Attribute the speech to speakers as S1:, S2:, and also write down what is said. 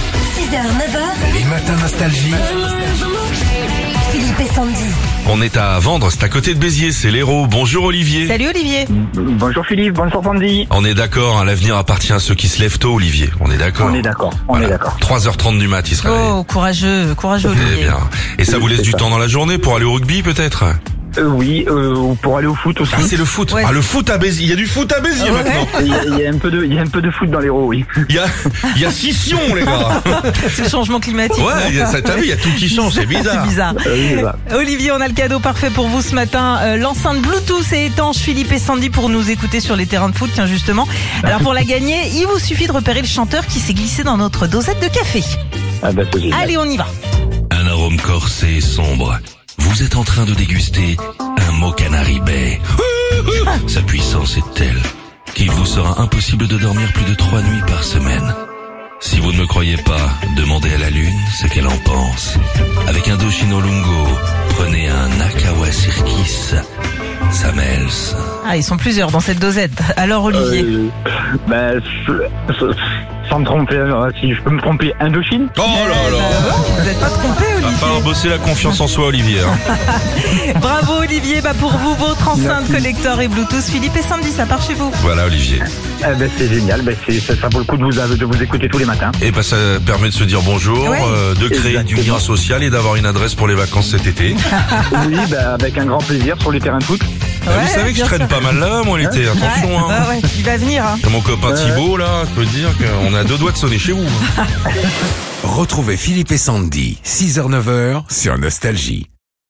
S1: 6h, 9h,
S2: Les matins nostalgie.
S1: Philippe et Sandy.
S3: On est à Vendre, c'est à côté de Béziers, c'est l'Hérault. Bonjour Olivier.
S4: Salut Olivier.
S5: Bonjour Philippe, bonjour Sandy.
S3: On est d'accord, hein, l'avenir appartient à ceux qui se lèvent tôt, Olivier. On est d'accord.
S5: On est d'accord, on est d'accord.
S3: 3h30 du mat, il se réveille.
S4: Oh, courageux, courageux
S3: Eh
S4: Olivier.
S3: bien. Et ça vous laisse
S5: C'est
S3: du
S5: ça.
S3: temps dans la journée pour aller au rugby, peut-être
S5: Euh, oui, euh, ou pour aller au foot aussi.
S3: Ah, c'est le foot.
S4: Ouais.
S3: Ah, le foot à Béziers. Il y a du foot à Béziers
S4: Ouais.
S3: maintenant.
S5: Il y, a, il y a un peu de, il y a un peu de foot dans les roues, oui.
S3: Il y a, il y a scission, les gars.
S4: C'est le changement climatique.
S3: Ouais, il y a- ça- t'as vu, il y a tout qui change, c'est bizarre.
S4: C'est bizarre.
S5: Euh, oui, c'est ça.
S4: Olivier, on a le cadeau parfait pour vous ce matin. Euh, L'enceinte Bluetooth et étanche Philippe et Sandy pour nous écouter sur les terrains de foot, tiens justement. Alors pour la gagner, il vous suffit de repérer le chanteur qui s'est glissé dans notre dosette de café.
S5: Ah bah, c'est génial.
S4: Allez, on y va.
S6: Un arôme corsé et sombre. Vous êtes en train de déguster un mot canari bay. Sa puissance est telle qu'il vous sera impossible de dormir plus de trois nuits par semaine. Si vous ne me croyez pas, demandez à la lune ce qu'elle en pense. Avec un Doshino Lungo, prenez un Akawa Sirkis. Samels.
S4: Ah, ils sont plusieurs dans cette dosette. Alors Olivier.
S5: Euh, bah, ce- ce- sans me tromper, euh, si je peux me tromper, Indochine
S3: Oh là
S4: Bah,
S3: là.
S4: bon, vous n'êtes pas trompé
S3: Va
S4: Olivier.
S3: falloir bosser la confiance en soi, Olivier. hein.
S4: Bravo Olivier, bah pour vous, votre enceinte collector et Bluetooth Philippe et Sandy, ça part chez vous.
S3: Voilà, Olivier.
S5: Ah bah, C'est génial, bah, c'est- ça, ça vaut le coup de vous, de vous écouter tous les matins.
S3: Et bah, ça permet de se dire bonjour,
S4: Ouais.
S3: euh, de créer du lien
S5: Exactement.
S3: social et d'avoir une adresse pour les vacances cet été.
S4: Ah
S5: Oui, bah, avec un grand plaisir sur les terrains de foot.
S3: Ah,
S4: Ouais,
S3: vous savez que je
S4: bien sûr.
S3: traîne pas mal là, moi, l'été. Attention,
S4: Ouais,
S3: hein.
S4: bah ouais, il va venir. Hein.
S3: Mon copain Thibaut, là, je peux te dire qu'on a deux doigts de sonner chez vous. hein.
S2: Retrouvez Philippe et Sandy, 6h-9h sur Nostalgie.